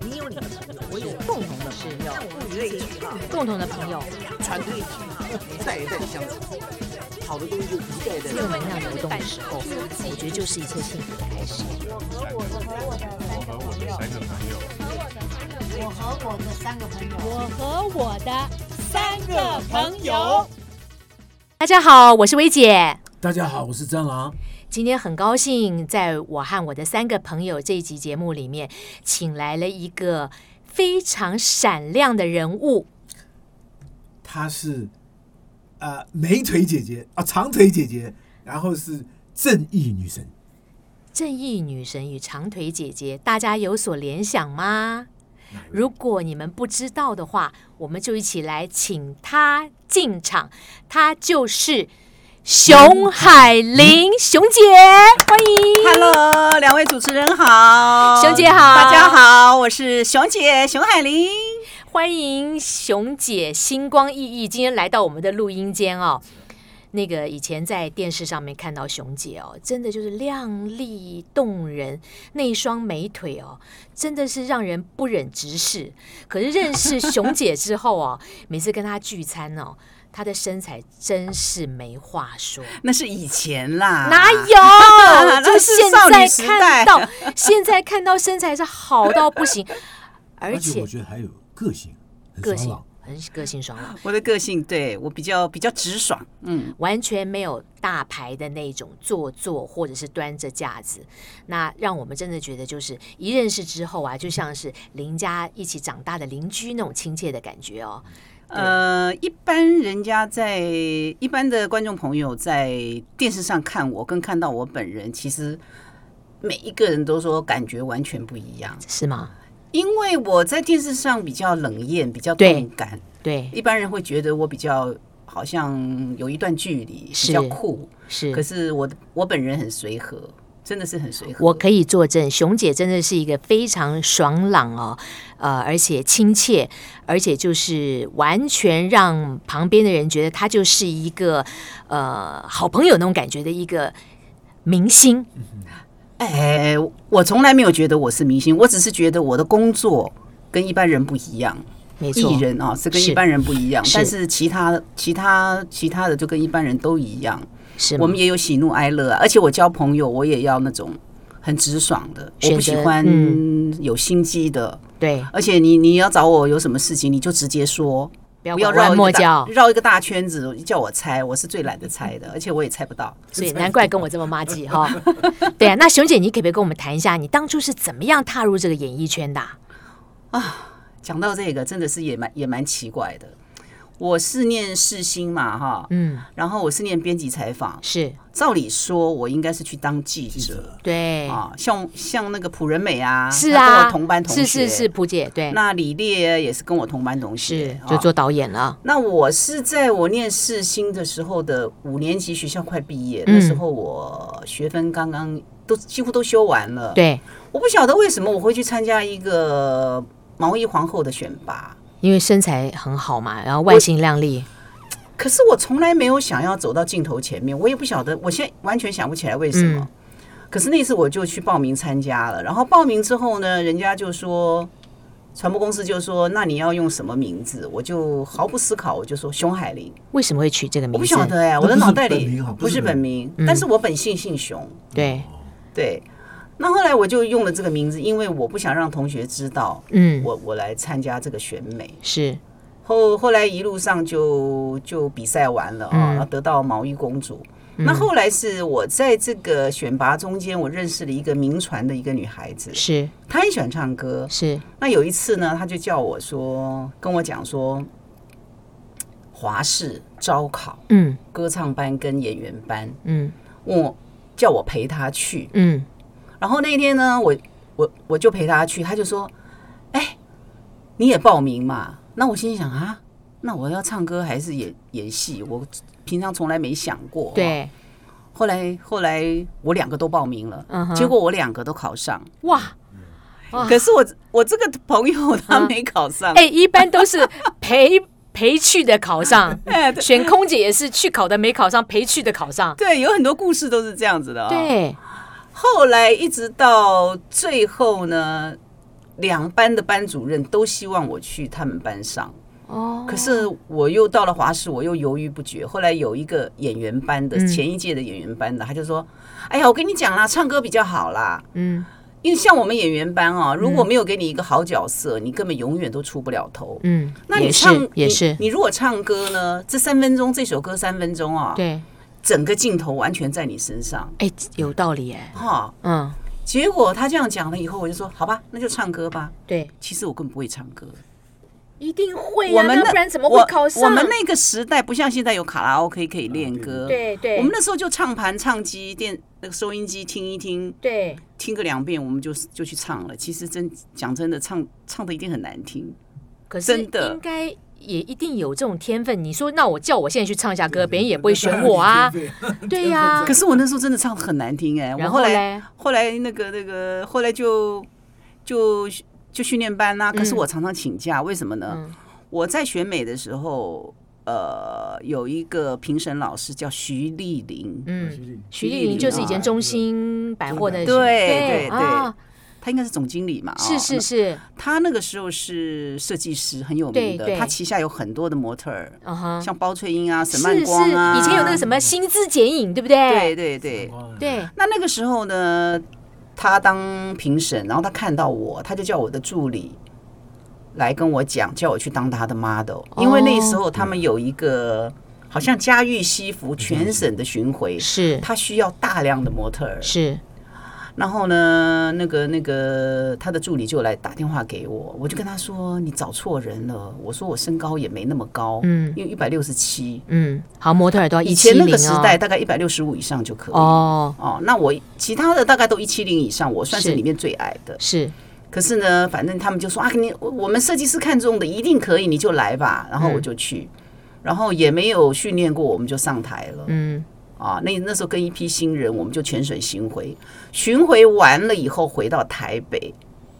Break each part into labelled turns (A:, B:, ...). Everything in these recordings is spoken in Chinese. A: 你有你的朋友，我有共同的朋友，物以类聚嘛，共同的朋友，
B: 团队一代一代的相处，好的东西就一代一代地
A: 正能量流动的时候，我觉得就是一切幸福的开始。
C: 我和我的三个朋友。
D: 我和我的三个朋友。
A: 大家好，我是薇姐。
E: 大家好，我是蟑螂。
A: 今天很高兴，在我和我的三个朋友这一集节目里面，请来了一个非常闪亮的人物。
E: 她是呃美腿姐姐啊，长腿姐姐，然后是正义女神。
A: 正义女神与长腿姐姐，大家有所联想吗？如果你们不知道的话，我们就一起来请她进场。她就是熊海玲，熊姐，欢迎。
F: 嗯 Hello，两位主持人好，
A: 熊姐好
F: 大家好，我是熊姐熊海玲。
A: 欢迎熊姐星光熠熠，今天来到我们的录音间哦。那个以前在电视上面看到熊姐哦，真的就是靓丽动人，那一双美腿哦，真的是让人不忍直视。可是认识熊姐之后哦， 每次跟她聚餐哦，她的身材真是没话说。
F: 那是以前啦，
A: 哪有？就
F: 啊 那是
A: 现
F: 少
A: 在
F: 女时
A: 看
F: 代
A: 到，现在看到身材是好到不行，而
E: 而且
A: 且
E: 我觉得还有个性，很
A: 个
E: 爽
A: 性
E: 朗
A: 很个性爽朗。
F: 我的个性，对我比较比较直爽，嗯，
A: 完全没有大牌的那种做作，或者是端着架子，那让我们真的觉得就是一认识之后啊，就像是邻家一起长大的邻居那种亲切的感觉哦。
F: 呃，一般人家在一般的观众朋友在电视上看我，跟看到我本人，其实每一个人都说感觉完全不一样，
A: 是吗？
F: 因为我在电视上比较冷艳，比较
A: 对
F: 动感，
A: 对，
F: 一般人会觉得我比较好像有一段距离，
A: 是
F: 比较酷。
A: 是。
F: 可是我的我本人很随和，真的是很随和。
A: 我可以作证，熊姐真的是一个非常爽朗哦，呃，而且亲切，而且就是完全让旁边的人觉得她就是一个呃好朋友那种感觉的一个明星。
F: 哎，我从来没有觉得我是明星，我只是觉得我的工作跟一般人不一样。
A: 没错，
F: 艺人啊，是跟
A: 是
F: 一般人不一样，
A: 是
F: 但是其他其他其他的就跟一般人都一样。
A: 是吗
F: 我们也有喜怒哀乐、啊，而且我交朋友，我也要那种很直爽的，我
A: 选择
F: 不喜欢
A: 嗯
F: 有心机的。
A: 对，
F: 而且你你要找我有什么事情，你就直接说，
A: 不
F: 不
A: 要
F: 要
A: 拐
F: 绕
A: 弯
F: 一个
A: 抹
F: 大
A: 角，
F: 绕一个大圈子叫我猜，我是最懒得猜的，而且我也猜不到。
A: 所以难怪跟我这么骂街哈。对啊，那熊姐，你可不可以跟我们谈一下，你当初是怎么样踏入这个演艺圈的啊、
F: 讲到这个，真的是也蛮也蛮奇怪的。我是念世新嘛，哈，
A: 嗯，
F: 然后我是念编辑采访，
A: 是
F: 照理说我应该是去当记者
A: 对，
F: 啊，像像那个朴仁美啊，
A: 哎是
F: 她跟
A: 啊，
F: 我同班同学，
A: 是是是，，蒲姐对，
F: 那李烈也是跟我同班同
A: 是
F: 学，
A: 就
F: 啊
A: 做导演了，
F: 那我是在我念世新的时候的五年级学校快毕业，
A: 嗯
F: 那时候我学分刚刚都几乎都修完了。，
A: 对，
F: 我不晓得为什么我会去参加一个毛衣皇后的选拔，
A: 因为身材很好嘛，然后外形靓丽，
F: 可是我从来没有想要走到镜头前面，我也不晓得，我现在完全想不起来为什么。
A: 嗯
F: 可是那次我就去报名参加了，然后报名之后呢，人家就说。传播公司就说：“那你要用什么名字？”我就毫不思考，我就说熊海林。
A: 为什么会取这个
F: 我
A: 名
F: 不
A: 字？
F: 晓得哎、
E: 那
F: 我的
E: 不是
F: 脑袋
E: 本
F: 里
E: 名啊
F: 不
E: 不是
F: 是
E: 本
F: 本名
A: 嗯，
F: 但是我本姓姓熊，
A: 对，
F: 对。那后来我就用了这个名字，因为我不想让同学知道
A: 嗯，
F: 我我来参加这个选美。
A: 是
F: 后后来一路上就就比赛完了啊、
A: 嗯
F: 然后得到毛衣公主。那后来是我在这个选拔中间，我认识了一个名传的一个女孩子，
A: 是
F: 她很喜欢唱歌。
A: 是，
F: 那有一次呢，她就叫我说，跟我讲说，华视招考
A: 嗯
F: 歌唱班跟演员班，
A: 嗯
F: 问我叫我陪他去。
A: 嗯，
F: 然后那一天呢，我我我就陪他去，他就说：“哎，你也报名嘛？”那我心里想啊，那我要唱歌还是演演戏？我平常从来没想过。。
A: 对，
F: 后来后来我两个都报名了，
A: 嗯哼
F: 结果我两个都考上，
A: 哇哇
F: 可是我我这个朋友他
A: 嗯
F: 没考上。
A: 哎，一般都是陪陪去的考上，
F: 哎对
A: 选空姐也是去考的没考上，陪去的考上。
F: 对，有很多故事都是这样子的啊、
A: 对，
F: 后来一直到最后呢，两班的班主任都希望我去他们班上，
A: 哦，
F: 可是我又到了华师，我又犹豫不决。后来有一个演员班的，
A: 嗯
F: 前一届的演员班的，他就说：“哎呀，我跟你讲啦，唱歌比较好啦，
A: 嗯
F: 因为像我们演员班哦，如果没有给你一个好角色，你根本永远都出不了头。
A: 嗯，
F: 那你
A: 也
F: 唱
A: 是也
F: 你
A: 是，
F: 你如果唱歌呢，这三分钟这首歌三分钟啊，
A: 对，
F: 整个镜头完全在你身上
A: 哎，有道理哎，
F: 哈、
A: 嗯，
F: 结果他这样讲了以后，我就说：好吧，那就唱歌吧。
A: 对，
F: 其实我根本不会唱歌。
A: 一定会
F: 我
A: 呀，
F: 们
A: 那
F: 那
A: 不然怎么会考上？
F: 我？我们那个时代不像现在有卡拉 OK 可以练歌，
A: 对对，
F: 我们那时候就唱盘、唱机、电那个收音机听一听，
A: 对
F: 听个两遍我们就就去唱了。其实真讲真的，唱唱的一定很难听。
A: 可是
F: 真的
A: 应该也一定有这种天分。你说，那我叫我现在去唱一下歌，别人也不
E: 会
A: 会选我啊。对呀、
F: 可是我那时候真的唱的很难听哎、
A: 然
F: 我
A: 后
F: 后来
A: 嘞，
F: 后来那个那个后来就就就训练班啦、可是
A: 嗯
F: 我常常请假，为什么呢？
A: 嗯
F: 我在选美的时候，呃，有一个评审老师叫徐丽玲，
A: 嗯，徐
F: 徐
A: 丽
F: 丽
A: 玲
F: 玲
A: 就是以
F: 啊
A: 前中兴百货的，
F: 对对对
A: 啊，
F: 她应该是总经理嘛、哦，
A: 是是是，
F: 他那个时候是设计师，很有名
A: 对
F: 的。
A: 对
F: 他旗下有很多的模特儿，
A: 嗯哼，
F: 像包翠英啊、沈
A: 是
F: 曼
A: 是，
F: 光啊，
A: 以前有那个什么薪资剪影，对不对？
F: 对对对。
A: 对
F: 那那个时候呢，他当评审，然后他看到我，他就叫我的助理来跟我讲，叫我去当他的 model，因
A: 哦
F: 为那时候他们有一个好像嘉裕西服全省的巡回，
A: 是
F: 他需要大量的模特儿。
A: 嗯是，
F: 然后呢，那个那个他的助理就来打电话给我，我就跟他说：“你找错人了。”我说：“我身高也没那么高，
A: 嗯
F: 因为一百六十七，
A: 嗯，好，模特儿都要一
F: 以
A: 七
F: 前那
A: 零
F: 个时代
A: 哦。
F: 大概一百六十五以上就可以。”
A: 哦，
F: 哦，那我其他的大概都一七零以上，我算是
A: 是
F: 里面最矮的。
A: 是，
F: 可是呢，反正他们就说啊，你我我们设计师看中的一定可以，你就来吧。然后我就去，然后也没有训练过，我们就上台了。
A: 嗯
F: 啊，那那时候跟一批新人，我们就全省巡回，巡回完了以后回到台北，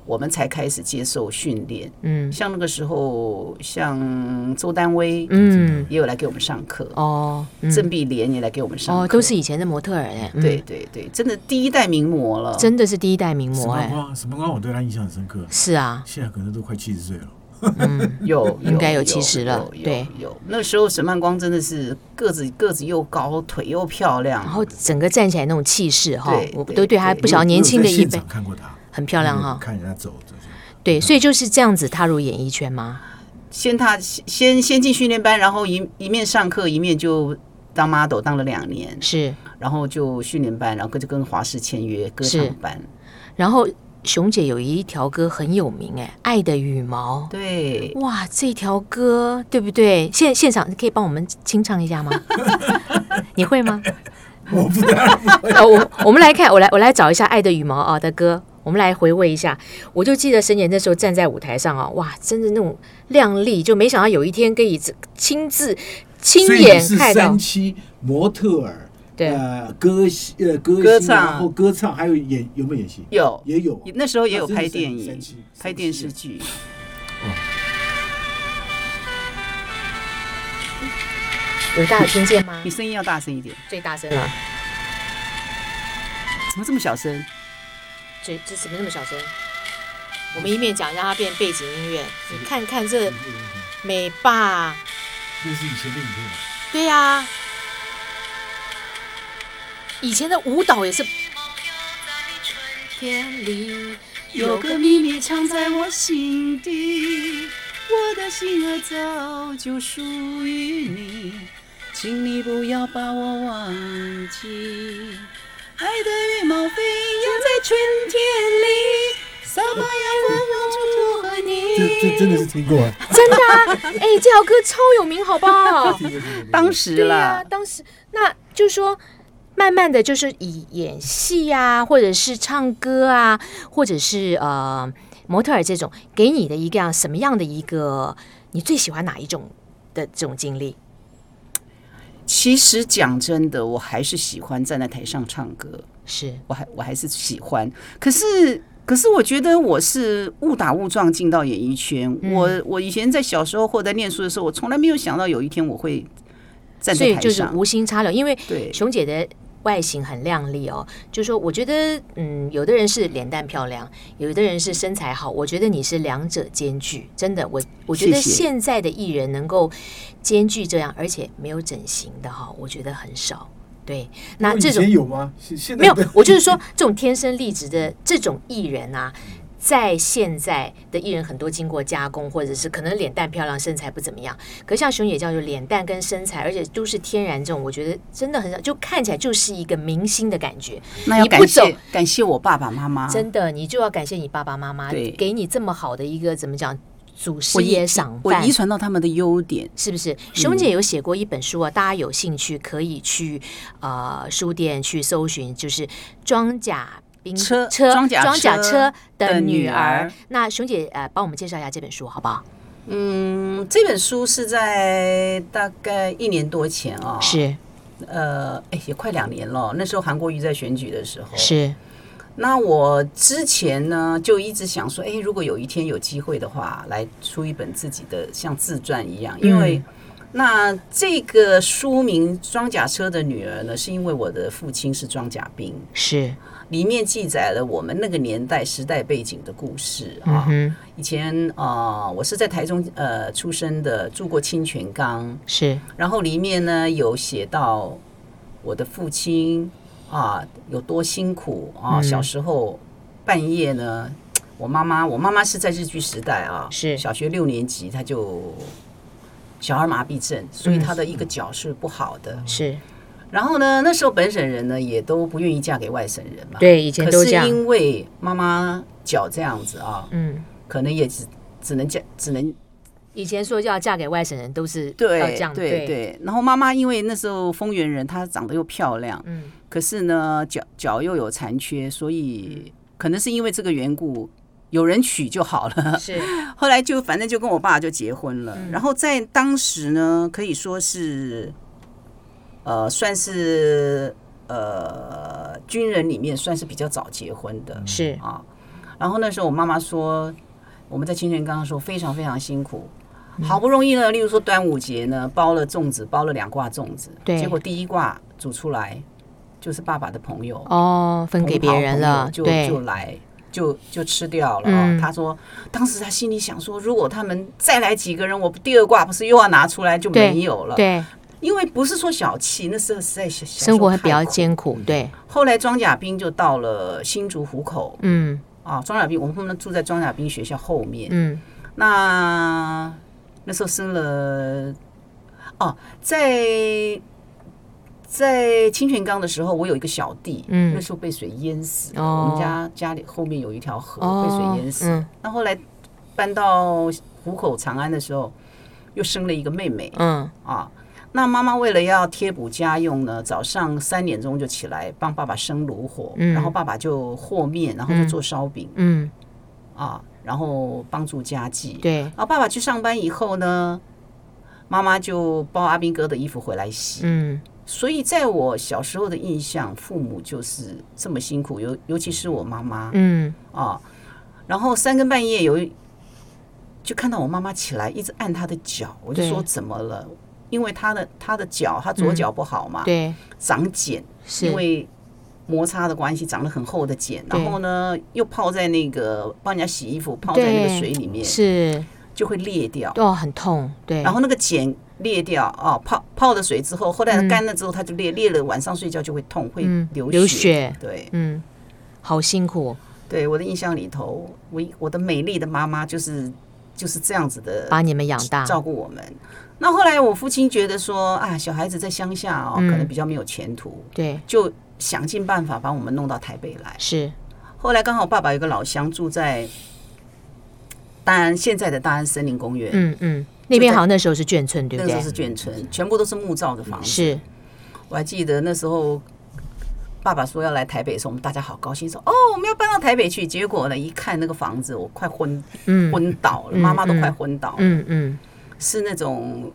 F: 我们才开始接受训练。
A: 嗯
F: 像那个时候，像周丹薇
A: 嗯，
F: 也有来给我们上课，
A: 哦，嗯
F: 郑碧莲也来给我们上课，
A: 哦，都是以前的模特儿哎，嗯
F: 对，对对，真的第一代名模了。
A: 真的是第一代名
E: 什
A: 模
E: 么
F: 啊
A: 哎，
E: 光什么啊光，我对他印象很深刻。
A: 是啊，
E: 现在可能都快七十岁了，
F: 有有
A: 应该有70了
F: 有有
A: 对
F: 有那时候沈曼光真的是个子个子又高，腿又漂亮，
A: 然后整个站起来那种气势哈
F: 对，
A: 我
F: 对
A: 都对她
F: 对嗯
A: 不少年轻的
E: 我有在
A: 一
E: 现
A: 辈
E: 场看过他，
A: 很漂亮啊哈。
E: 看人家走这些。
A: 对，所以就是这样子踏入演艺圈吗？
F: 先他先先进训练班，然后一一面上课一面就当 model 当了两年，
A: 是，
F: 然后就训练班，然后就跟华师签约歌
A: 是
F: 唱班。
A: 然后熊姐有一条歌很有名哎，《爱的羽毛》。
F: 对，
A: 哇，这条歌对不对？现现场可以帮我们清唱一下 吗？你会吗？嗯
E: 我不太会
A: 哦，我我们来看，我来我来找一下《爱的羽毛》啊的歌，我们来回味一下。我就记得沈姐那时候站在舞台上啊，哇，真的那种靓丽，就没想到有一天可以自亲自亲
E: 所以你
A: 眼
E: 是
A: 看到
E: 三。期模特儿，
A: 对
E: 呃，歌星呃歌
F: 歌
E: 星，
F: 唱
E: 然后歌唱，还有演有没有演戏？
F: 有
E: 也有啊，
F: 那时候也有
E: 那真的
F: 拍
E: 是
F: 电
E: 三
F: 影
E: 期、
F: 拍电视剧。
A: 有大家有听见吗
F: 你？声音要大声一点，
A: 最大声啊了，
F: 怎么这么小声？
A: 最这怎么那么小声？我们一面讲，让它变背景音乐。你看看这美吧，
E: 那是以前的影片啊。
A: 对呀、以前的舞蹈也是。天里
F: 有个秘密藏在我心底，我的心儿早就属于你，请你不要把我忘记。爱的羽毛飞扬在春天里，撒玛呀，我祝福
E: 这这真的
F: 你。
E: 是听过 啊，
A: 真的啊！ 哎、这条歌超有名，好不好？
E: 听过听过听过
F: 当时
A: 对呀、
F: 啦，
E: 啊
A: 当时那就说，慢慢的就是以演戏啊，或者是唱歌啊，或者是呃模特儿这种，给你的一个样什么样的一个，你最喜欢哪一种的这种经历？
F: 其实讲真的，我还是喜欢站在台上唱歌。
A: 是
F: 我还我还是喜欢。可是可是，我觉得我是误打误撞进到演艺圈。
A: 嗯
F: 我我以前在小时候或者在念书的时候，我从来没有想到有一天我会站
A: 所
F: 在
A: 以
F: 台
A: 就是
F: 上。
A: 无心插柳，因为
F: 对
A: 熊姐的外形很靓丽哦，就说我觉得，嗯，有的人是脸蛋漂亮，有的人是身材好，我觉得你是两者兼具，真的，我我觉得
F: 谢谢
A: 现在的艺人能够兼具这样，而且没有整形的哈、我觉得很少。对，那
E: 哦以
A: 这种
E: 前有吗？现 现在
A: 没有
E: 的，
A: 我就是说，这种天生丽质的这种艺人啊，在现在的艺人很多经过加工，或者是可能脸蛋漂亮，身材不怎么样。可像熊野教授，脸蛋跟身材，而且都是天然这种，我觉得真的很少，就看起来就是一个明星的感觉。
F: 那要
A: 你
F: 感
A: 不走
F: 谢感谢我爸爸妈妈，
A: 真的，你就要感谢你爸爸妈妈，
F: 啊对
A: 给你这么好的一个怎么讲祖师
F: 我遗
A: 爷赏
F: 我
A: 饭
F: 遗。传到他们的优点。
A: 是不是？熊姐有写过一本书啊，大家有兴趣可以去呃书店去搜寻，就是《装甲兵
F: 车
A: 车
F: 装甲
A: 装甲
F: 车
A: 车的
F: 的
A: 女
F: 女
A: 儿
F: 儿》。
A: 那熊姐呃，帮我们介绍一下这本书好不好？
F: 嗯，这本书是在大概一年多前啊、，
A: 是
F: 呃，哎，也快两年了。那时候韩国瑜在选举的时候，
A: 是
F: 那我之前呢，就一直想说，哎，如果有一天有机会的话，来出一本自己的像自传一样，因
A: 嗯
F: 为、那这个书名《装甲车的女儿》呢，是因为我的父亲是装甲兵，
A: 是，
F: 里面记载了我们那个年代时代背景的故事
A: 嗯
F: 啊。
A: 哼，
F: 以前啊、呃我是在台中呃出生的，住过清泉岗，
A: 是
F: 然后里面呢有写到我的父亲啊有多辛苦啊，
A: 嗯
F: 小时候半夜呢，我妈妈我妈妈是在日据时代啊，
A: 是
F: 小学六年级她就小儿麻痹症，所以
A: 嗯
F: 她的一个脚是不好的。
A: 是，
F: 然后呢，那时候本省人呢也都不愿意嫁给外省人嘛，，
A: 对，以前
F: 可
A: 都
F: 是
A: 这样，
F: 因为妈妈脚这样子啊，
A: 嗯。
F: 可能也只只能嫁只能
A: 以前说要嫁给外省人都是
F: 对
A: 要这样，
F: 对
A: 对，
F: 对，然后妈妈因为那时候丰原人，她长得又漂亮，
A: 嗯，
F: 可是呢脚脚又有残缺，所以可能是因为这个缘故，有人娶就好了。
A: 是
F: 后来就反正就跟我爸就结婚了，
A: 嗯
F: 然后在当时呢，可以说是，呃，算是呃军人里面算是比较早结婚的，
A: 是
F: 啊。然后那时候我妈妈说，我们在清泉岗的时候非常非常辛苦，
A: 嗯
F: 好不容易呢，例如说端午节呢，包了粽子，包了两挂粽子，
A: 对
F: 结果第一挂煮出来就是爸爸的朋友，
A: 哦，分给别人了，
F: 就
A: 对
F: 就，来就就吃掉了、啊。
A: 嗯
F: 他说，当时他心里想说，如果他们再来几个人，我第二卦不是又要拿出来就
A: 对
F: 没有了？
A: 对，
F: 因为不是说小气，那时候实在小小时候
A: 生活还
F: 太
A: 比较
F: 苦
A: 艰苦，对，
F: 后来装甲兵就到了新竹湖口
A: 嗯
F: 啊，装甲兵我们住在装甲兵学校后面。
A: 嗯，
F: 那那时候生了，哦，在在清泉岗的时候，我有一个小弟，
A: 嗯
F: 那时候被水淹死了。
A: 哦
F: 我们家家里后面有一条河、被
A: 哦
F: 水淹，死。
A: 嗯
F: 那后来搬到湖口长安的时候，又生了一个妹妹
A: 嗯，
F: 啊。那妈妈为了要贴补家用呢，早上三点钟就起来帮爸爸生炉火，
A: 嗯
F: 然后爸爸就和面，然后就做烧饼、
A: 嗯，
F: 啊，然后帮助家计。
A: 对，
F: 然后爸爸去上班以后呢，妈妈就包阿兵哥的衣服回来洗。
A: 嗯
F: 所以在我小时候的印象，父母就是这么辛苦，尤尤其是我妈妈
A: 嗯，
F: 啊。然后三更半夜有一就看到我妈妈起来一直按她的脚，我就
A: 对嗯
F: 说怎么了？因为她的她的脚，她左脚不好嘛，
A: 对，
F: 长茧，
A: 是
F: 因，为摩擦的关系长了很厚的茧。
A: 对
F: 然后呢，又泡在那个帮人家洗衣服，泡在那个
A: 对
F: 水里面
A: 是，
F: 就会裂掉。
A: 哦，很痛，对，
F: 然后那个茧裂掉啊，泡泡了水之后，后来
A: 嗯
F: 干了之后它就裂，裂了晚上睡觉就会痛，会
A: 嗯
F: 流
A: 流血
F: 对
A: 嗯，好辛苦，
F: 对，我的印象里头，我我的美丽的妈妈就是就是这样子的
A: 把你们养大，
F: 照顾我们。那后来我父亲觉得说啊，小孩子在乡下哦，
A: 嗯
F: 可能比较没有前途，
A: 对，
F: 就想尽办法把我们弄到台北来。
A: 是，
F: 后来刚好爸爸有个老乡住在大安现在的大安森林公园，
A: 嗯嗯，那边好像那时候是眷村，对
F: 那
A: 不
F: 个时
A: 对
F: 候？是眷村，全部都是木造的房子。
A: 是，
F: 我还记得那时候，爸爸说要来台北的时候，我们大家好高兴，说哦，我们要搬到台北去。结果呢，一看那个房子，我快昏
A: 嗯
F: 昏倒了，
A: 嗯
F: 妈妈都
A: 嗯
F: 快昏倒了，
A: 嗯嗯，
F: 是那种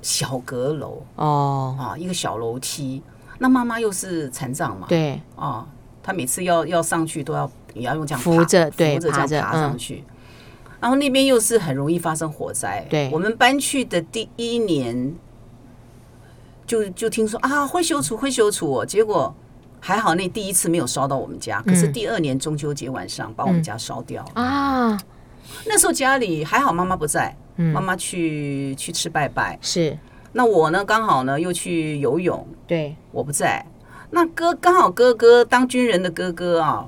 F: 小阁楼
A: 哦，
F: 啊，一个小楼梯。那妈妈又是残障嘛，
A: 对，
F: 啊，她每次要要上去都要也要用这样
A: 扶
F: 爬
A: 着对
F: 扶着
A: 爬
F: 这
A: 着
F: 样爬上
A: 嗯
F: 去。然后那边又是很容易发生火灾。
A: 对
F: 我们搬去的第一年，就就听说啊会修除会修除、哦，结果还好那第一次没有烧到我们家，
A: 嗯
F: 可是第二年中秋节晚上把我们家烧掉了。
A: 啊，
F: 那时候家里还好，妈妈不在，
A: 嗯
F: 妈妈去去吃拜拜。
A: 是
F: 那我呢，刚好呢又去游泳，
A: 对，
F: 我不在。那哥刚好哥哥当军人的哥哥啊，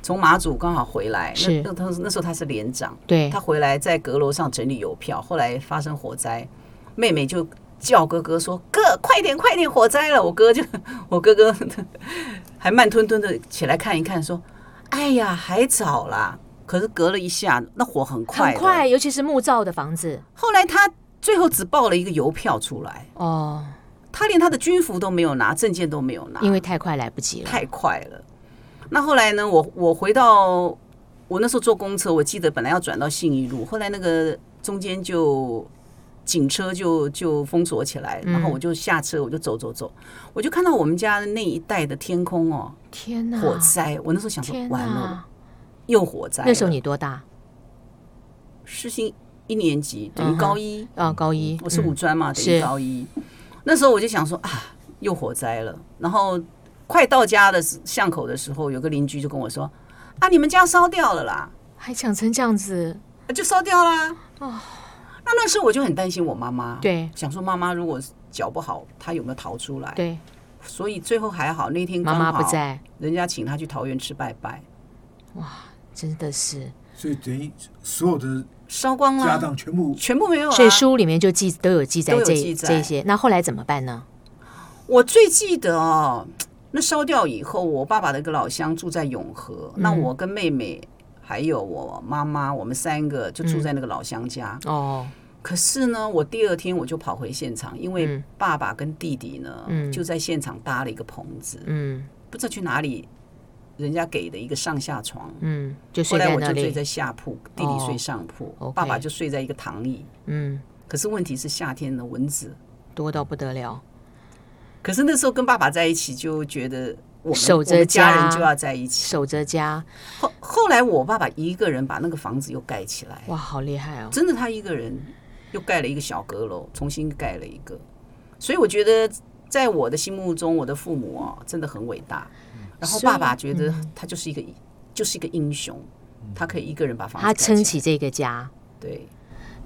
F: 从马祖刚好回来，
A: 是
F: 那那他那时候他是连长，
A: 对
F: 他回来在阁楼上整理邮票，后来发生火灾，妹妹就叫哥哥说：“哥，快点，快点，火灾了！”我哥就我哥 哥还慢吞吞的起来看一看，说：“哎呀，还早啦。”可是隔了一下，那火很快，
A: 很快，。尤其是木造的房子
F: 后来他最后只报了一个邮票出来，
A: 哦，
F: 他连他的军服都没有拿，证件都没有拿，
A: 因为太快来不及了。
F: 太快了。那后来呢？我我回到我那时候坐公车，我记得本来要转到信义路，后来那个中间就警车就就封锁起来，
A: 嗯
F: 然后我就下车，我就走走走，我就看到我们家的那一带的天空哦，
A: 天哪！
F: 火灾。我那时候想
A: 啊
F: 说，
A: 天
F: 完
A: 哪
F: 了，！又火灾了。
A: 那时候你多大
F: 实行一年级，
A: 嗯
F: 等于
A: 哼
F: 高一，
A: 啊？高一，
F: 我是五
A: 嗯
F: 专嘛，等
A: 是
F: 于高一。那时候我就想说啊，又火灾了。然后快到家的时巷口的时候，有个邻居就跟我说：“啊，你们家烧掉了啦，
A: 还讲成这样子，
F: 啊就烧掉啦。”那那时候我就很担心我妈妈，
A: 哦对
F: 想说妈妈如果脚不好，她有没有逃出来？，
A: 对，
F: 所以最后还好，那天
A: 妈妈
F: 刚好
A: 不，在，
F: 人家请她去桃园吃拜拜，
A: 真的是。
E: 所以等于所有的
F: 烧光
E: 家
F: 了，
E: 当全部
F: 全部没有啊。
A: 所以书里面就记都有记载
F: 都有
A: 这
F: 记载
A: 这些。那后来怎么办呢？
F: 我最记得哦，那烧掉以后，我爸爸的一个老乡住在永和，
A: 嗯
F: 那我跟妹妹还有我妈妈，我们三个就住在那个老乡家。
A: 哦，
F: 可是呢，我第二天我就跑回现场，因为
A: 嗯
F: 爸爸跟弟弟呢、
A: 嗯
F: 就在现场搭了一个棚子，
A: 嗯
F: 不知道去哪里，人家给的一个上下床。
A: 嗯，就
F: 后
A: 睡
F: 来
A: 在
F: 我
A: 那
F: 就睡
A: 里。哦
F: 在下铺，弟弟睡上铺，
A: OK
F: 爸爸就睡在一个躺椅。
A: 嗯，
F: 可是问题是夏天的蚊子，
A: 多到不得了。
F: 可是那时候跟爸爸在一起，就觉得我们
A: 守
F: 我
A: 着
F: 们家
A: 家
F: 人就要在一起。
A: 守着家，
F: 后后来我爸爸一个人把那个房子又盖起来，
A: 哇，好厉害哦！
F: 真的他一个人又盖了一个小阁楼，重新盖了一个。所以我觉得，在我的心目中，我的父母哦真的很伟大。然后
A: 所以
F: 爸爸觉得
A: 嗯
F: 他就是一个、就是一个英雄，他可以一个人把房子
A: 他
F: 盖起来
A: 撑起这个家，
F: 对。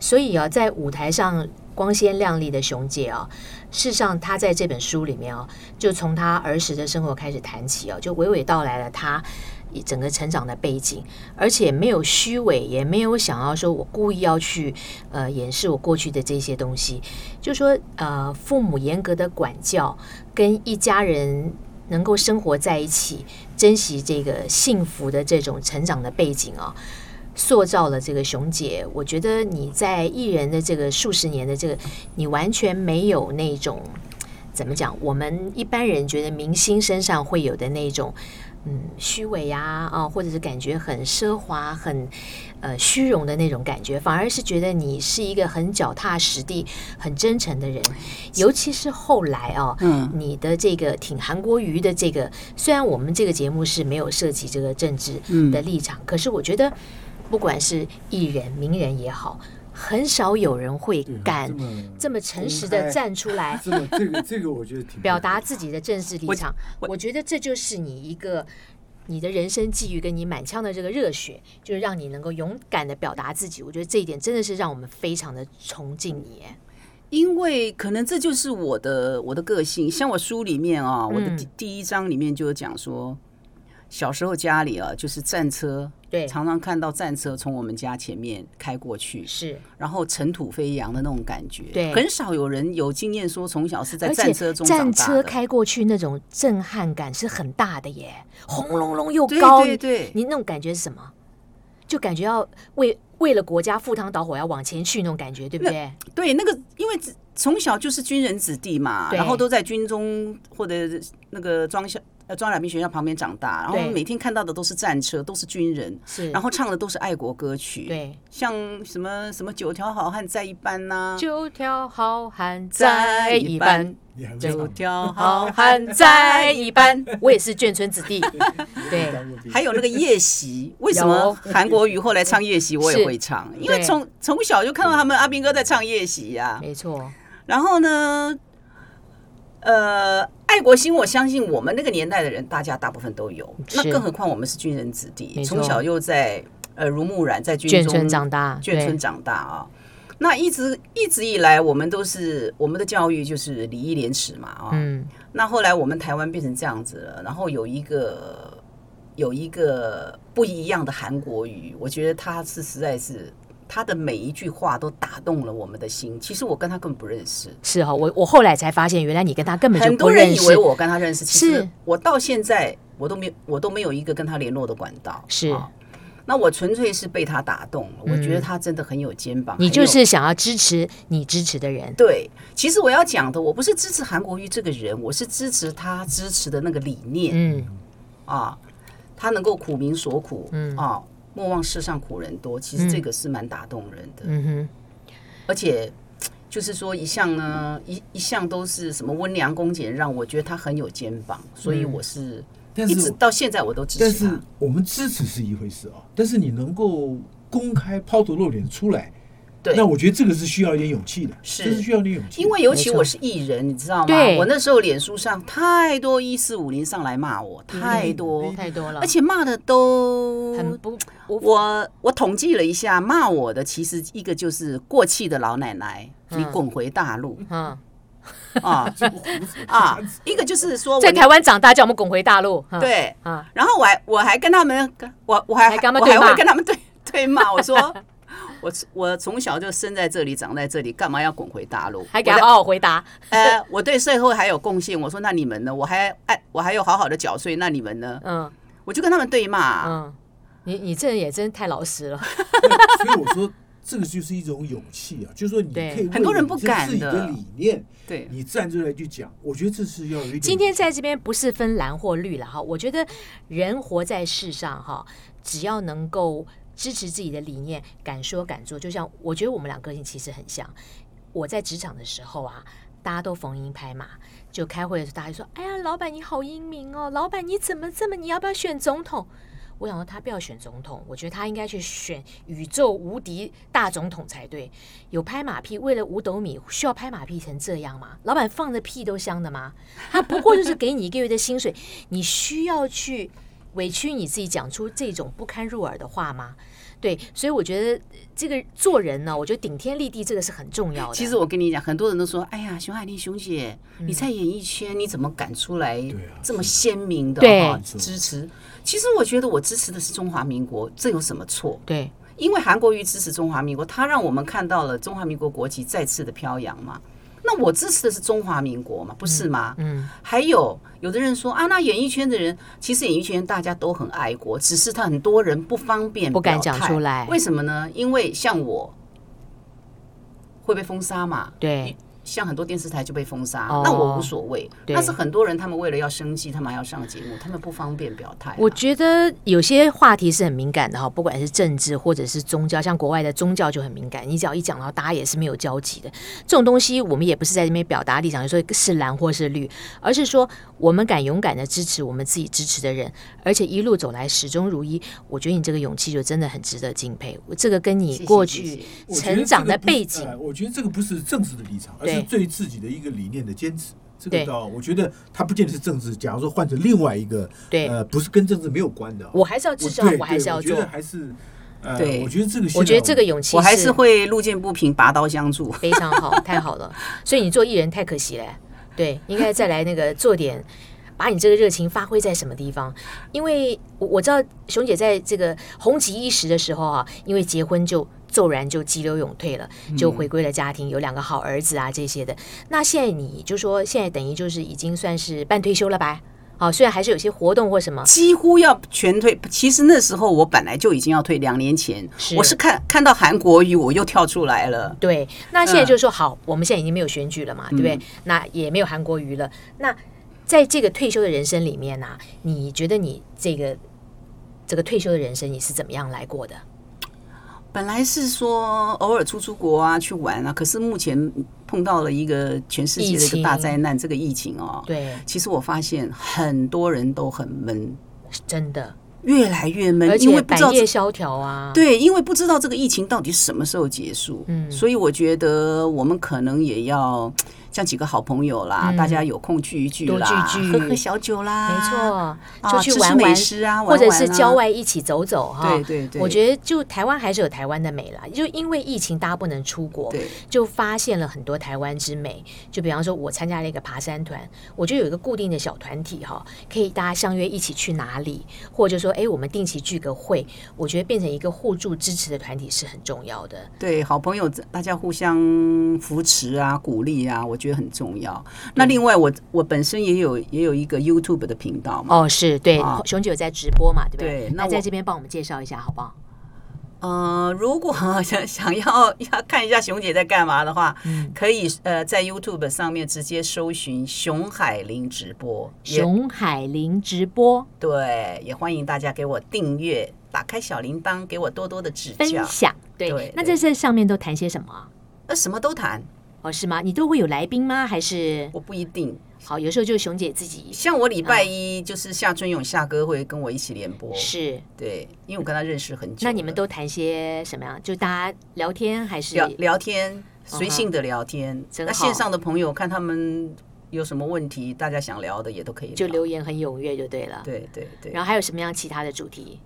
A: 所以啊，在舞台上光鲜亮丽的熊姐啊，事实上她在这本书里面啊，就从她儿时的生活开始谈起啊，就娓娓道来了她整个成长的背景，而且没有虚伪，也没有想要说我故意要去呃掩饰我过去的这些东西，就说呃父母严格的管教跟一家人。能够生活在一起，珍惜这个幸福的这种成长的背景啊、塑造了这个熊姐。我觉得你在艺人的这个数十年的这个，你完全没有那种怎么讲，我们一般人觉得明星身上会有的那种。嗯，虚伪呀、啊，或者是感觉很奢华、很呃虚荣的那种感觉，反而是觉得你是一个很脚踏实地、很真诚的人。尤其是后来哦，
F: 嗯
A: 你的这个挺韩国瑜的这个，虽然我们这个节目是没有涉及这个政治的立场，可是我觉得不管是艺人、名人也好，很少有人会
E: 对
A: 敢
E: 这么
A: 这么诚实的站出
F: 啊
A: 来
E: 这么这个这个我觉得挺
A: 表达自己的政治立场。
F: 我
A: 我觉得这就是你一个你的人生际遇跟你满腔的这个热血，就是让你能够勇敢的表达自己。我觉得这一点真的是让我们非常的崇敬你耶。
F: 因为可能这就是我的我的个性，像我书里面啊，
A: 嗯
F: 我的第第一章里面就有讲说，小时候家里啊，就是战车，
A: 对
F: 常常看到战车从我们家前面开过去，
A: 是，
F: 然后尘土飞扬的那种感觉，
A: 对
F: 很少有人有经验说从小是在
A: 而
F: 战
A: 且
F: 车中长
A: 战
F: 大
A: 车
F: 的，
A: 开过去那种震撼感是很大的耶，轰隆隆又
F: 对
A: 高，
F: 对对，
A: 你那种感觉是什么？就感觉要为为了国家赴汤蹈火要往前去那种感觉，对不对？
F: 对那个，因为自从小就是军人子弟嘛，
A: 对
F: 然后都在军中或者那个装校呃装甲兵学校旁边长大，然后
A: 对
F: 每天看到的都是战车，都是军人，
A: 是，
F: 然后唱的都是爱国歌曲，，
A: 对，
F: 像什么什么九条好汉在一班呐、
A: 九条好汉
F: 在
A: 在
F: 一
A: 一班
F: 班，，
E: 你还会
F: 九
E: 唱
F: 条好
A: 好
F: 汉，
A: 汉在一班。我也是眷村子弟，对，
E: 啊
F: 还有那个夜袭，为什么韩国瑜后来唱夜袭我也会唱？因为
A: 对
F: 从从小就看到他们阿兵哥在唱夜袭呀、
A: 没错，
F: 然后呢，呃，爱国心，我相信我们那个年代的人，大家大部分都有。那
A: 是
F: 更何况我们是军人子弟，
A: 没
F: 从
A: 错
F: 小又在呃耳濡目染，在军
A: 眷
F: 中
A: 村长大
F: 眷
A: 对
F: 村长大啊。那一直一直以来，我们都是我们的教育就是礼义廉耻嘛啊。
A: 嗯，
F: 那后来我们台湾变成这样子了，然后有一个有一个不一样的韩国语，我觉得他是实在是他的每一句话都打动了我们的心。其实我跟他根本不认识，
A: 是哈、哦，我我后来才发现，原来你跟他根本就
F: 很
A: 不
F: 多人
A: 认
F: 以
A: 识
F: 为，我跟他认识，其
A: 是
F: 实我到现在我都没有我都没有一个跟他联络的管道。
A: 是
F: 啊那我纯粹是被他打动了，我觉得
A: 嗯
F: 他真的很有肩膀。
A: 你
F: 很
A: 就
F: 有
A: 是想要支持你支持的人，
F: 对，其实我要讲的，我不是支持韩国瑜这个人，我是支持他支持的那个理念。
A: 嗯，
F: 啊，他能够苦民所苦，
A: 嗯
F: 啊，莫忘世上苦人多，其实这个是蛮打动人的，
A: 嗯哼，
F: 而且。就是说，一向呢，一一向都是什么温良恭俭让，我觉得他很有肩膀，所
A: 嗯
F: 以我是、
E: 但
F: 一
E: 是
F: 直到现在我都支
E: 但
F: 持
E: 是
F: 他。
E: 我们支持是一回事啊，但是你能够公开抛头露脸出来，
F: 对
E: 那我觉得这个是需要一点勇气的，
F: 是
E: 这是需要一点勇气的，
F: 因为尤其
A: 没错
F: 我是艺人，你知道吗
A: 对？
F: 我那时候脸书上太多一四五零上来骂我，太多，
A: 嗯太多了，
F: 而且骂的都
A: 很不无
F: 我我统计了一下，骂我的其实一个就是过气的老奶奶，你
A: 嗯
F: 滚回 大陆
A: 嗯，
F: 啊啊！一个就是说我
A: 在台湾长大叫我们滚回大陆，哈
F: 对，
A: 啊，
F: 然后我还我还跟他们，我我还
A: 还跟他们
F: 我
A: 对
F: 还
A: 骂
F: 会跟他们对对骂，我说 我我从小就生在这里，长在这里，干嘛要滚回大陆？
A: 还给
F: 我
A: 他哦
F: 在
A: 好好回答，
F: 呃，我对社会还有贡献。我说那你们呢？我还哎，我还有好好的缴税，那你们呢？
A: 嗯
F: 我就跟他们对骂。
A: 嗯，你你这人也真太老 实了，
E: 所以我说，这个就是一种勇气啊，就是说你可
A: 对
E: 以为
F: 很多人
E: 你
F: 不
E: 这
F: 敢
E: 自己的
F: 的
E: 理念，
F: 对，
E: 你站出来去讲，我觉得这是要有一点。
A: 今天在这边不是分蓝或绿了哈，我觉得人活在世上哈，只要能够支持自己的理念，敢说敢做，就像我觉得我们俩个性其实很像。我在职场的时候啊，大家都逢迎拍马，就开会的时候大家就说：“哎呀，老板你好英明哦，老板你怎么这么？你要不要选总统？”我想说他不要选总统，我觉得他应该去选宇宙无敌大总统才对。有拍马屁，为了五斗米需要拍马屁成这样吗？老板放的屁都香的吗？他不过就是给你一个月的薪水，你需要去委屈你自己讲出这种不堪入耳的话吗？对，所以我觉得呃这个做人呢，我觉得顶天立地这个是很重要的。嗯
F: 其实我跟你讲，很多人都说：“哎呀，熊海丽熊姐，你在演艺圈，你怎么敢出来
E: 啊
F: 这么鲜明的
A: 对
F: 哈支持？”其实我觉得我支持的是中华民国，这有什么错？
A: 对，
F: 因为韩国瑜支持中华民国，他让我们看到了中华民国国旗再次的飘扬嘛。那我支持的是中华民国嘛，不是吗？
A: 嗯，
F: 还有有的人说啊，那演艺圈的人，其实演艺圈大家都很爱国，只是他很多人不方便
A: 不敢
F: 表
A: 讲
F: 态
A: 出来
F: 为什么呢？因为像我会被封杀嘛，
A: 对，
F: 像很多电视台就被封杀，
A: 哦
F: 那我无所谓。
A: 对
F: 但是很多人他们为了要生计，他们还要上节目，他们不方便表态啊、
A: 我觉得有些话题是很敏感的哈，不管是政治或者是宗教，像国外的宗教就很敏感，你只要一讲到，大家也是没有交集的。这种东西我们也不是在这边表达立场，就说是蓝或是绿，而是说我们敢勇敢的支持我们自己支持的人，而且一路走来始终如一。我觉得你这个勇气就真的很值得敬佩。我这个跟你
F: 谢谢
A: 过
F: 谢
A: 去
F: 谢
E: 我觉得这
A: 成长
E: 个
A: 的
E: 不
A: 背景，
E: 呃我觉得这个不是政治的立场，而是
A: 对
E: 对自己的一个理念的坚持。这
A: 对
E: 个倒，我觉得它不见得是政治。假如说换成另外一个，
A: 对
E: 呃，不是跟政治没有关的啊，
A: 我还是要至少
E: 对
A: 我还
E: 对
A: 是要
E: 我觉
A: 做
E: 得。还是，呃，
F: 对
E: 我觉得这个现在，
A: 我觉得这个勇气
F: 我还是会路见不平拔刀相助。
A: 非常好，太好了。所以你做艺人太可惜了，对，应该再来那个做点，把你这个热情发挥在什么地方？因为我我知道熊姐在这个红极一时的时候啊，因为结婚就。骤然就急流勇退了，就回归了家庭，有两个好儿子啊这些的。那现在你就说，现在等于就是已经算是半退休了吧？好、虽然还是有些活动或什么，
F: 几乎要全退。其实那时候我本来就已经要退，两年前
A: 是
F: 我是看看到韩国语我又跳出来了。
A: 对，那
F: 嗯
A: 现在就说好，我们现在已经没有选举了嘛，对不对？那也没有韩国瑜了。那在这个退休的人生里面呢、啊你觉得你这个这个退休的人生你是怎么样来过的？
F: 本来是说偶尔出出国啊去玩啊，可是目前碰到了一个全世界的
A: 疫
F: 一
A: 情
F: 个大灾难，这个疫情哦。
A: 对，
F: 其实我发现很多人都很闷，
A: 真的，
F: 越来越
A: 而
F: 闷，呃因
A: 且
F: 为不
A: 百
F: 知道
A: 业
F: 这
A: 萧条啊，，
F: 对，因为不知道这个疫情到底什么时候结束，
A: 嗯
F: 所以我觉得我们可能也要像几个好朋友啦，
A: 嗯
F: 大家有空聚一聚
A: 多
F: 啦，
A: 聚聚
F: 喝喝小酒啦，
A: 没错，
F: 啊
A: 就去
F: 吃吃
A: 玩
F: 美
A: 玩
F: 食啊玩
A: 或者
F: 玩
A: 是
F: 啊
A: 郊外一起走走哈。
F: 对对对
A: 我觉得就台湾还是有台湾的美啦，就因为疫情大家不能出国
F: 对，
A: 就发现了很多台湾之美。就比方说，我参加了一个爬山团，我就有一个固定的小团体哈，可以大家相约一起去哪里，或者说，哎，我们定期聚个会。我觉得变成一个互助支持的团体是很重要的。
F: 对，好朋友大家互相扶持啊、鼓励啊，我觉得很重要。那另外我，我本身也有也有一个 YouTube 的频道嘛，
A: 哦，是对
F: 啊，
A: 熊姐有在直播嘛，对不
F: 对那
A: 那在
F: 我
A: 这边帮我们介绍一下好不好？哦
F: 呃，如果想 想要要看一下熊姐在干嘛的话，可以呃在 YouTube 上面直接搜寻熊海玲直播，也
A: 熊海玲直播
F: 对，也欢迎大家给我订阅，打开小铃铛，给我多多的指
A: 分
F: 教。
A: 享，对
F: 对，
A: 那
F: 对
A: 在这上面都谈些什么啊？
F: 呃，什么都谈，
A: 哦，是吗？你都会有来宾吗？还是
F: 我不一定。
A: 好，有时候就熊姐自己
F: 像我礼拜一就是夏春勇夏哥会跟我一起联播，
A: 嗯是？
F: 对，因为我跟他认识很久了。
A: 那你们都谈些什么呀？就大家聊天还是嗯
F: 聊聊天，随性的聊天。
A: 真
F: 那
A: 好
F: 线上的朋友看他们有什么问题，大家想聊的也都可以聊
A: 就留言很踊跃就对了。
F: 对对对，
A: 然后还有什么样其他的主题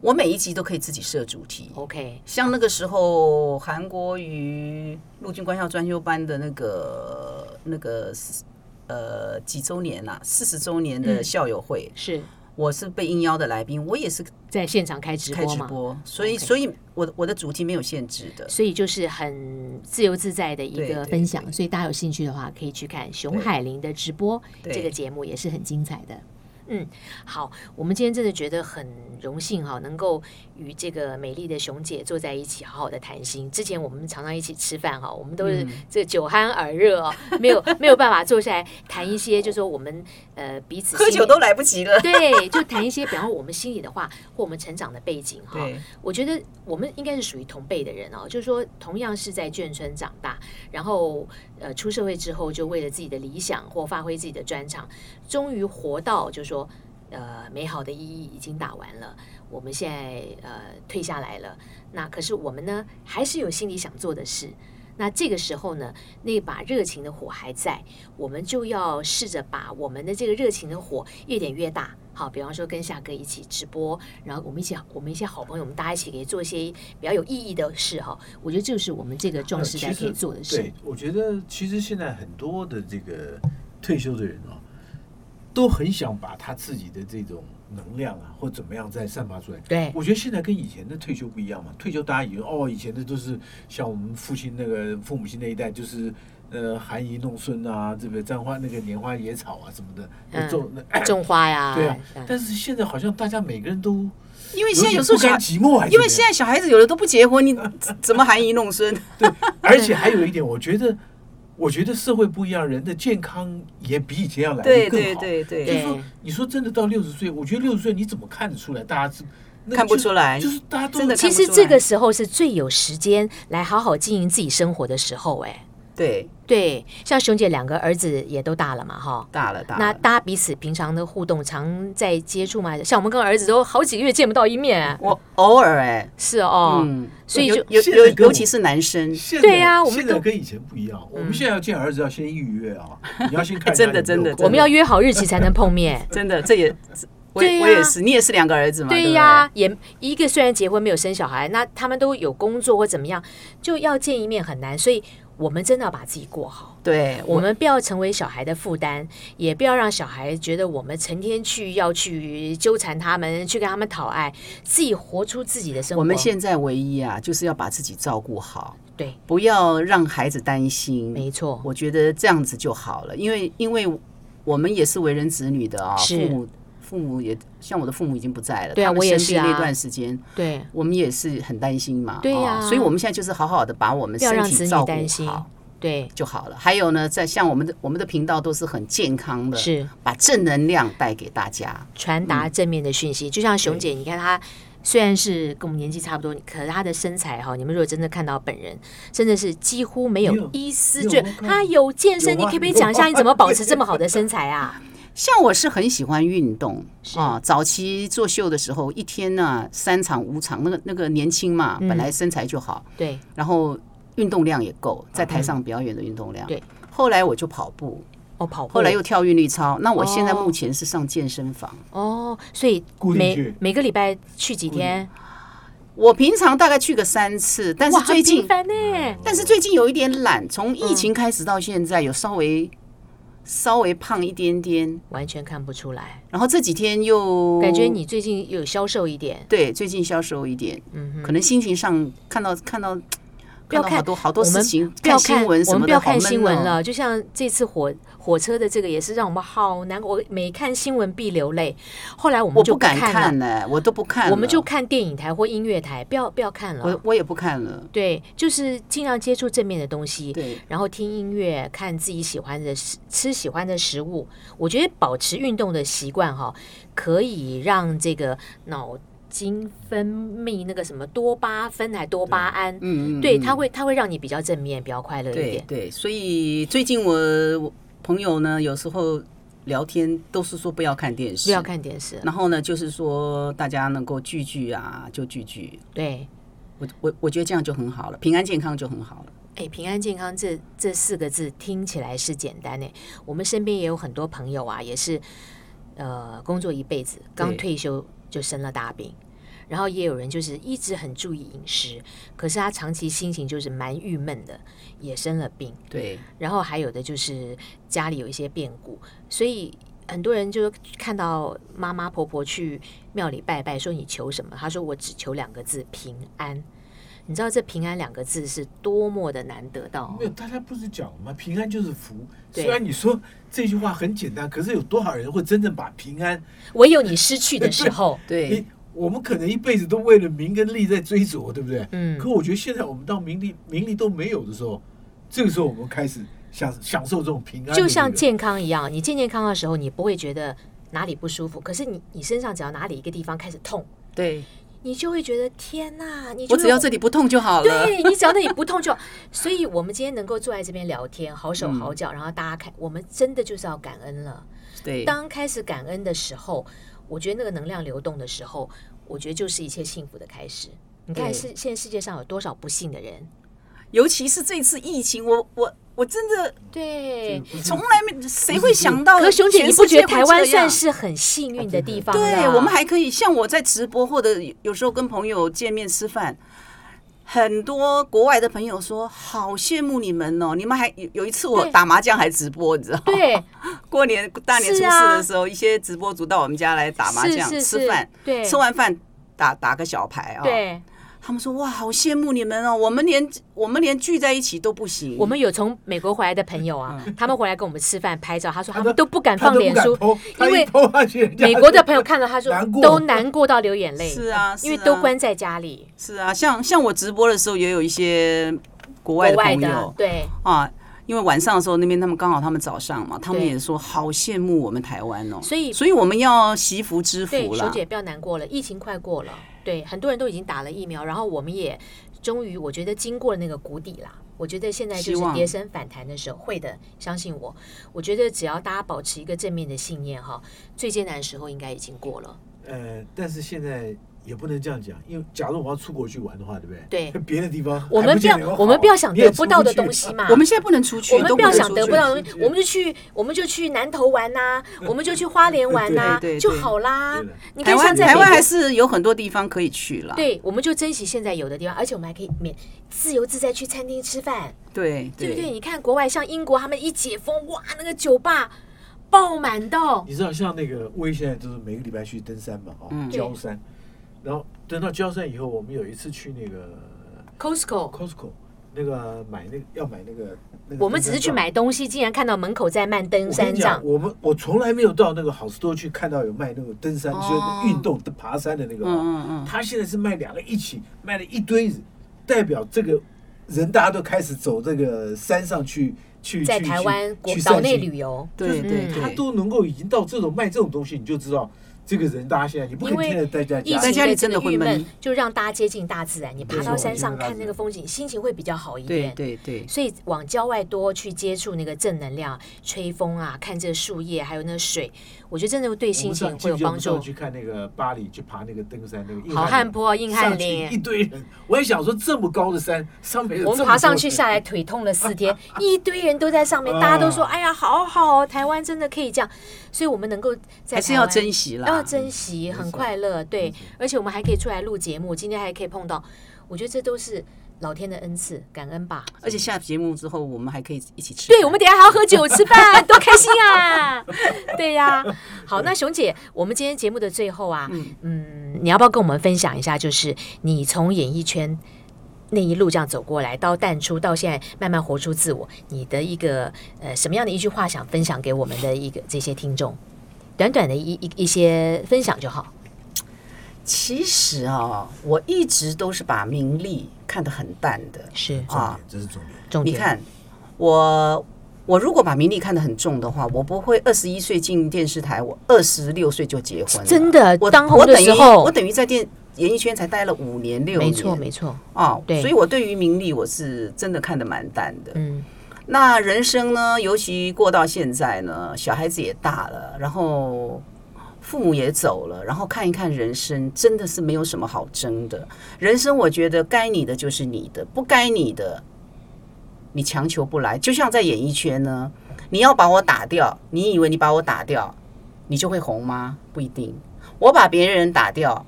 F: 我每一集都可以自己设主题。
A: ？OK，
F: 像那个时候，韩国瑜陆军官校专修班的那个那个呃几周年呐、啊，四十周年的
A: 嗯
F: 校友会，
A: 是
F: 我是被应邀的来宾，我也是
A: 在现场开直
F: 开
A: 播
F: 直
A: 嘛？
F: 播，所以
A: OK
F: 所以我的我的主题没有限制的。
A: 所以就是很自由自在的一
F: 对
A: 个
F: 对
A: 分享，
F: 对
A: 所以大家有兴趣的话，可以去看熊
F: 对
A: 海林的直播，
F: 对
A: 这个节目也是很精彩的。嗯，好，我们今天真的觉得很荣幸哈，能够与这个美丽的熊姐坐在一起，好好的谈心。之前我们常常一起吃饭哈，我们都是
F: 嗯
A: 这酒酣耳热哦，没 有没有办法坐下来谈一些，就是说我们呃彼此
F: 喝
A: 心
F: 酒
A: 里
F: 都来不及了。
A: 对，就谈一些，比方说我们心里的话，或我们成长的背景哈。
F: 对
A: 我觉得我们应该是属于同辈的人哦，就是说同样是在眷村长大，然后呃出社会之后，就为了自己的理想或发挥自己的专长，终于活到就是说呃美好的意义已经打完了，我们现在呃退下来了，那可是我们呢还是有心里想做的事。那这个时候呢，那把热情的火还在，我们就要试着把我们的这个热情的火越点越大。好，比方说跟夏哥一起直播，然后我们一起，我们一些好朋友，我们大家一起可以做一些比较有意义的事哈。我觉得这是我们这个壮士代可以做的
E: 呃对
A: 事。，
E: 我觉得其实现在很多的这个退休的人啊，都很想把他自己的这种能量啊，或怎么样再散发出来。
A: 对
E: 我觉得现在跟以前的退休不一样嘛。退休大家以为哦，以前的都是像我们父亲那个父母亲那一代，就是呃含饴弄孙啊，这个沾花那个拈花惹草啊什么的，
A: 嗯
E: 种、
F: 哎
A: 种花呀，
E: 哎对啊
A: 嗯。
E: 但是现在好像大家每个人都
F: 因为
E: 有
F: 现在
E: 点
F: 有时候
E: 不甘
F: 小孩
E: 寂寞还是
F: 因为
E: 怎么样
F: 现在小孩子有的都不结婚，你怎么含饴弄孙？
E: 对，而且还有一点，我觉得，我觉得社会不一样，人的健康也比以前要来
F: 对
E: 的更
F: 对
E: 好。
F: 对
E: 就
F: 对
E: 是说，你说真的到六十岁，我觉得六十岁你怎么看得出来？大家是那个
F: 看不
E: 就是
F: 出来
E: 就是大家都
F: 真的
A: 其
F: 看不
A: 实
F: 出来
A: 这个时候是最有时间来好好经营自己生活的时候，哎，
F: 对，
A: 对，像熊姐两个儿子也都大了嘛，哈。
F: 大了大
A: 那
F: 了。
A: 大家彼此平常的互动，常在接触嘛？像我们跟儿子都好几个月见不到一面、
F: 我偶尔哎，
A: 是哦，
F: 嗯，
A: 所以
F: 尤
A: 就
F: 尤
E: 现在
F: 尤
E: 跟我
F: 尤其是男生，
E: 现在
A: 对啊我们
E: 现在
A: 都
E: 跟以前不一样，我们现在要见儿子要先预约 啊，你要先看
F: 嗯真的
E: 人家有
F: 真
E: 没有
F: 的。
E: 空
A: 我们要约好日期才能碰面
F: 真的这也，我
A: 对呀
F: 我也是，你也是两个儿子嘛，
A: 对
F: 不
A: 呀，也一个虽然结婚没有生小孩，那他们都有工作或怎么样，就要见一面很难，所以我们真的要把自己过好。
F: 对，
A: 我们不要成为小孩的负担，也不要让小孩觉得我们成天去要去纠缠他们，去跟他们讨爱，自己活出自己的生活。
F: 我们现在唯一啊，就是要把自己照顾好，
A: 对，
F: 不要让孩子担心。
A: 没错，
F: 我觉得这样子就好了，因为因为我们也是为人子女的啊，
A: 是
F: 父母父母也像我的父母已经不在了，
A: 对啊
F: 他们
A: 我也
F: 生
A: 是
F: 病那
A: 啊
F: 段时间，
A: 对，
F: 我们也是很担心嘛，
A: 对呀
F: 哦所以我们现在就是好好的把我们
A: 不要
F: 身
A: 让子
F: 体
A: 女
F: 照顾
A: 担心
F: 好
A: 对，
F: 就好了。还有呢，在像我们的我们的频道都是很健康的，
A: 是
F: 把正能量带给大家。
A: 传达正面的讯息。就像熊姐，你看她虽然是跟我们年纪差不多，可是她的身材哈，你们如果真的看到本人，真的是几乎没
E: 没
A: 有
E: 有
A: 一丝
E: 有
A: 觉
E: 我看
A: 她有健身，
E: 有
A: 你
E: 啊
A: 可不可以
E: 有啊
A: 讲一下你怎么保持这么好 的身材啊？
F: 像我是很喜欢运动啊，早期做秀的时候，一天呢、三场五场，那个那个年轻嘛，
A: 嗯
F: 本来身材就好，
A: 对，
F: 然后运动量也够，在台上表演的运动量。
A: 对，
F: 后来我就跑步，
A: 哦，跑步，
F: 后来又跳韵律操。那我现在
A: 哦
F: 目前是上健身房。
A: 哦，所以
E: 固定
A: 每
E: 去
A: 每个礼拜去几天？
F: 我平常大概去个三次，但是
A: 哇，
F: 最近
A: 很频繁呢，
F: 但是最近有一点懒，从疫情开始到现在，有稍微稍微胖一点点，
A: 完全看不出来，
F: 然后这几天又
A: 感觉你最近有消瘦一点。
F: 对最近消瘦一点，
A: 嗯哼，
F: 可能心情上看到看到
A: 不要
F: 到
A: 看
F: 好多好多
A: 我
F: 事
A: 们
F: 情，
A: 不要看
F: 新闻什
A: 我们
F: 么
A: 不
F: 的，
A: 要
F: 好
A: 看
F: 闷
A: 新闻
F: 哦
A: 了。就像这次火火车的这个，也是让我们好难过。我每看新闻必流泪，后来我们
F: 我
A: 就
F: 不敢
A: 了，
F: 看呢，我都不看了，
A: 我们就看电影台或音乐台，不要不要看
F: 我
A: 了。
F: 我也不 看了，
A: 对，就是尽量接触正面的东西。
F: 对。
A: 然后听音乐，看自己喜欢的食，吃喜欢的食物。我觉得保持运动的习惯哈，可以让这个脑筋分泌那个什么多巴酚还多巴胺，
F: 嗯嗯
A: 对，
F: 嗯
A: 它会它会让你比较正面，比较快乐一
F: 对
A: 点。
F: 对，所以最近我我朋友呢，有时候聊天都是说不要看电视，
A: 不要看电视，啊
F: 然后呢，就是说大家能够聚聚啊，就聚聚。
A: 对。
F: 我我我觉得这样就很好了，平安健康就很好了。
A: 哎，平安健康这这四个字听起来是简单呢。我们身边也有很多朋友啊，也是呃工作一辈子，刚
F: 对
A: 退休就生了大病，然后也有人就是一直很注意饮食，可是他长期心情就是蛮郁闷的，也生了病。
F: 对，，
A: 然后还有的就是家里有一些变故，所以很多人就看到妈妈婆婆去庙里拜拜，说你求什么？她说我只求两个字平安。你知道这“平安”两个字是多么的难得到哦
E: 没有，大家不是讲了吗？平安就是福。
A: 对
E: 虽然你说这句话很简单，可是有多少人会真正把平安？
A: 唯有你失去的时候
F: 对
E: 你我们可能一辈子都为了名跟利在追逐，对不对？
A: 嗯
E: 可我觉得现在我们到名利名利都没有的时候，这个时候我们开始享享受这种平安的这个，
A: 就像健康一样，你健健康康的时候，你不会觉得哪里不舒服，可是你你身上只要哪里一个地方开始痛，
F: 对
A: 你就会觉得天哪！你就
F: 我只要
A: 会
F: 这里不痛就好了。
A: 对你只要那里不痛就好。 所以我们今天能够坐在这边聊天，好手好脚，然后大家看，我们真的就是要感恩了。
F: 对
A: 当开始感恩的时候，我觉得那个能量流动的时候，我觉得就是一切幸福的开始。你看
F: 对
A: 世现在世界上有多少不幸的人？
F: 尤其是这次疫情，我我我真的
A: 对。
F: 从来没谁会想到。
A: 嗯可熊姐，你不觉得台湾算
F: 是？
A: 是很幸运的地方吗？
F: 对，我们还可以像我在直播或者有时候跟朋友见面吃饭，很多国外的朋友说好羡慕你们哦，你们还有有一次我
A: 对
F: 打麻将还直播，你知道吗？
A: 对
F: 过年大年初
A: 是
F: 四
A: 啊
F: 的时候，一些直播主到我们家来打麻将、
A: 是是
F: 吃饭，
A: 是对
F: 吃完饭打打个小牌啊、
A: 对，
F: 他们说哇，好羡慕你们哦，我们连我们连聚在一起都不行。
A: 我们有从美国回来的朋友啊，
F: 嗯
A: 他们回来跟我们吃饭拍照，他说他
E: 他
A: 们
E: 都
A: 都不敢
E: 他
A: 放
E: 都不
A: 脸
E: 敢
A: 书
E: po，，他
A: 因
E: 一
A: 为
E: po 下去人 家
A: 美国的朋友看到 他说
E: 难过
A: 都难过到流眼泪，
F: 是啊是
A: 因
F: 啊
A: 为都关在家里，
F: 是啊，像像我直播的时候，也有一些国外的
A: 国外
F: 朋
A: 的
F: 友
A: 对
F: 啊。因为晚上的时候，那边他们刚好他们早上嘛，他们
A: 对
F: 也说好羡慕我们台湾哦，
A: 所以
F: 所以我们要惜福知
A: 对，
F: 福
A: 熊
F: 啦。
A: 姐不要难过了，疫情快过了，对，很多人都已经打了疫苗，然后我们也终于我觉得经过了那个谷底啦。我觉得现在就
F: 希
A: 是
F: 望
A: 跌升反弹的时候，会的，相信我。我觉得只要大家保持一个正面的信念，哈，最艰难的时候应该已经过了。
E: 呃，但是现在也不能这样讲，因为假如我要出国去玩的话，对不对？
A: 对，
E: 别的地方
A: 我
E: 还
A: 们不
E: 见
A: 要
E: 得有，好
A: 我们不要想
E: 你也
A: 得不到的
E: 出去
A: 东西嘛。
F: 我们现在不能出去，
A: 我们
F: 都
A: 不要
F: 能
A: 想
F: 出
A: 得
F: 去
A: 不到的东
E: 出去
A: 西，我们就去，我们就去南投玩 呐、我们就去花莲玩呐、
F: 对对对
A: 就好啦
E: 对的。
A: 你
F: 台
A: 看，
F: 湾
A: 像在
F: 台湾
A: 美国
F: 还是有很多地方可以去啦。
A: 对，我们就珍惜现在有的地方，而且我们还可以免自由自在去餐厅吃饭，
F: 对
A: 对不对？你看国外像英国，他们一解封，哇，那个酒吧爆满到，
E: 你知道像那个威现在就是每个礼拜去登山嘛，哦，
F: 嗯
E: 焦山，然后登到焦山以后，我们有一次去那个
A: Costco。
E: Costco 那个买那个要买那个那个，
A: 我们只是去。买东西，竟然看到门口在卖登
E: 我跟
A: 山
E: 你讲，
A: 杖，
E: 我们我从来没有到那个好事多去看到有卖那个登山，
F: 哦
E: 就是运动的爬山的那个哦。
F: 嗯嗯嗯
E: 他现在是卖两个一起，卖了一堆，代表这个人大家都开始走这个山上去去
A: 在
E: 去
A: 台湾
E: 去
A: 国
E: 去
A: 岛
E: 散
A: 内
E: 心
A: 旅游，
F: 对对
E: 他
F: 对，
E: 都能够已经到这种卖这种东西，你就知道这个人大家现在也不肯
A: 因为
E: 天天待在
A: 疫
E: 家
F: 在
A: 情
E: 里，
F: 家里
A: 的
F: 真的
A: 这个
F: 会
A: 郁闷
F: 闷，
A: 就让大家接近大自然。你爬
E: 没
A: 到
E: 错
A: 山上
E: 接近大自然
A: 看那个风景，心情会比较好一
F: 对
A: 点。
F: 对对，
A: 所以往郊外多去接触那个正能量，吹风啊，看这树叶，还有那水，我觉得真的对
E: 我
A: 心
E: 们
A: 情
E: 上
A: 会有帮
E: 记不记得我们上
A: 助
E: 次。去看那个巴黎，去爬那个登山那个硬
A: 好汉坡、硬汉
E: 上去一
A: 林，
E: 堆人，我也想说这么高的山上面有
A: 我
E: 这
A: 们
E: 么
A: 爬上
E: 多
A: 去
E: 人
A: 下来，腿痛了四 天，一堆人都在上面，
E: 啊
A: 大家都说：“哎呀，好好，台湾真的可以这样。”所以我们能够在
F: 还是
A: 台
F: 要
A: 湾嗯
F: 珍惜啦。
A: 要珍惜，
E: 错
A: 很快乐，对，而且我们还可以出来录节目，今天还可以碰到，我觉得这都是老天的恩赐，感恩吧。
F: 而且下节目之后，我们还可以一起吃。
A: 对，我们等一下还要喝酒吃饭，多开心啊！对呀、 好，那熊姐，我们今天节目的最后啊，嗯你要不要跟我们分享一下，就是你从演艺圈那一路这样走过来，到淡出，到现在慢慢活出自我，你的一个呃什么样的一句话想分享给我们的一个这些听众？短短的一一一些分享就好。
F: 其实
A: 哦
F: 啊，我一直都是把名利看得很淡的。
A: 是
F: 啊
E: 重点这是重点。
A: 重
F: 你
A: 点。
F: 看，我我如果把名利看得很重的话，我不会二十一岁进电视台，我二十六岁就结婚了。
A: 真的
F: 我
A: 当红的时候
F: 我等于我等于在电演艺圈才待了五年六年，
A: 没错，没错，
F: 哦，
A: 对
F: 所以我对于名利我是真的看得蛮淡的。
A: 嗯，
F: 那人生呢，尤其过到现在呢，小孩子也大了，然后父母也走了，然后看一看人生，真的是没有什么好争的。人生我觉得该你的就是你的，不该你的，你强求不来。就像在演艺圈呢，你要把我打掉，你以为你把我打掉，你就会红吗？不一定。我把别人打掉，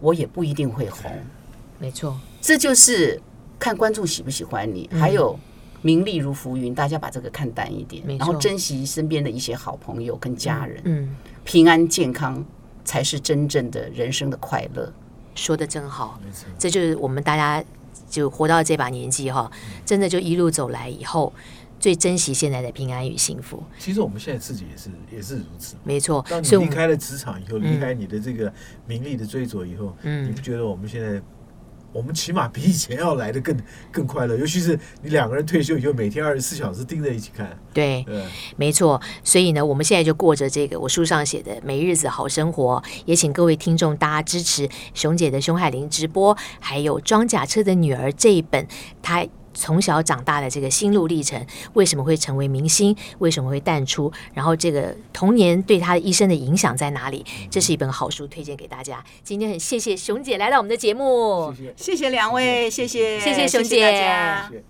F: 我也不一定会红。
A: 没错，
F: 这就是看观众喜不喜欢
A: 嗯
F: 你，还有名利如浮云，大家把这个看淡一点
A: 没，错
F: 然后珍惜身边的一些好朋友跟家人，
A: 嗯，
F: 平安健康才是真正的人生的快乐。
A: 说的真好，
E: 没错
A: 这就是我们大家就活到这把年纪哈，真的就一路走来以后，最珍惜现在的平安与幸福。
E: 其实我们现在自己也是也是如此。
A: 没错，
E: 当你
A: 所以我
E: 离
A: 们
E: 开了职场以后，离开你的这个名利的追逐以后，
A: 嗯
E: 你不觉得我们现在，我们起码比以前要来的更更快乐？尤其是你两个人退休以后，每天二十四小时盯在一起看，
A: 对，
E: 对，
A: 没错，所以呢，我们现在就过着这个我书上写的“每日子好生活”，也请各位听众大家支持熊姐的熊海玲直播，还有《装甲车的女儿》这一本，她。从小长大的这个心路历程，为什么会成为明星？为什么会淡出？然后这个童年对她的一生的影响在哪里？这是一本好书，推荐给大家。今天很谢谢熊姐来到我们的节目，
E: 谢谢。
F: 谢谢两位，谢谢，
A: 谢谢熊姐
F: 大家
E: 谢谢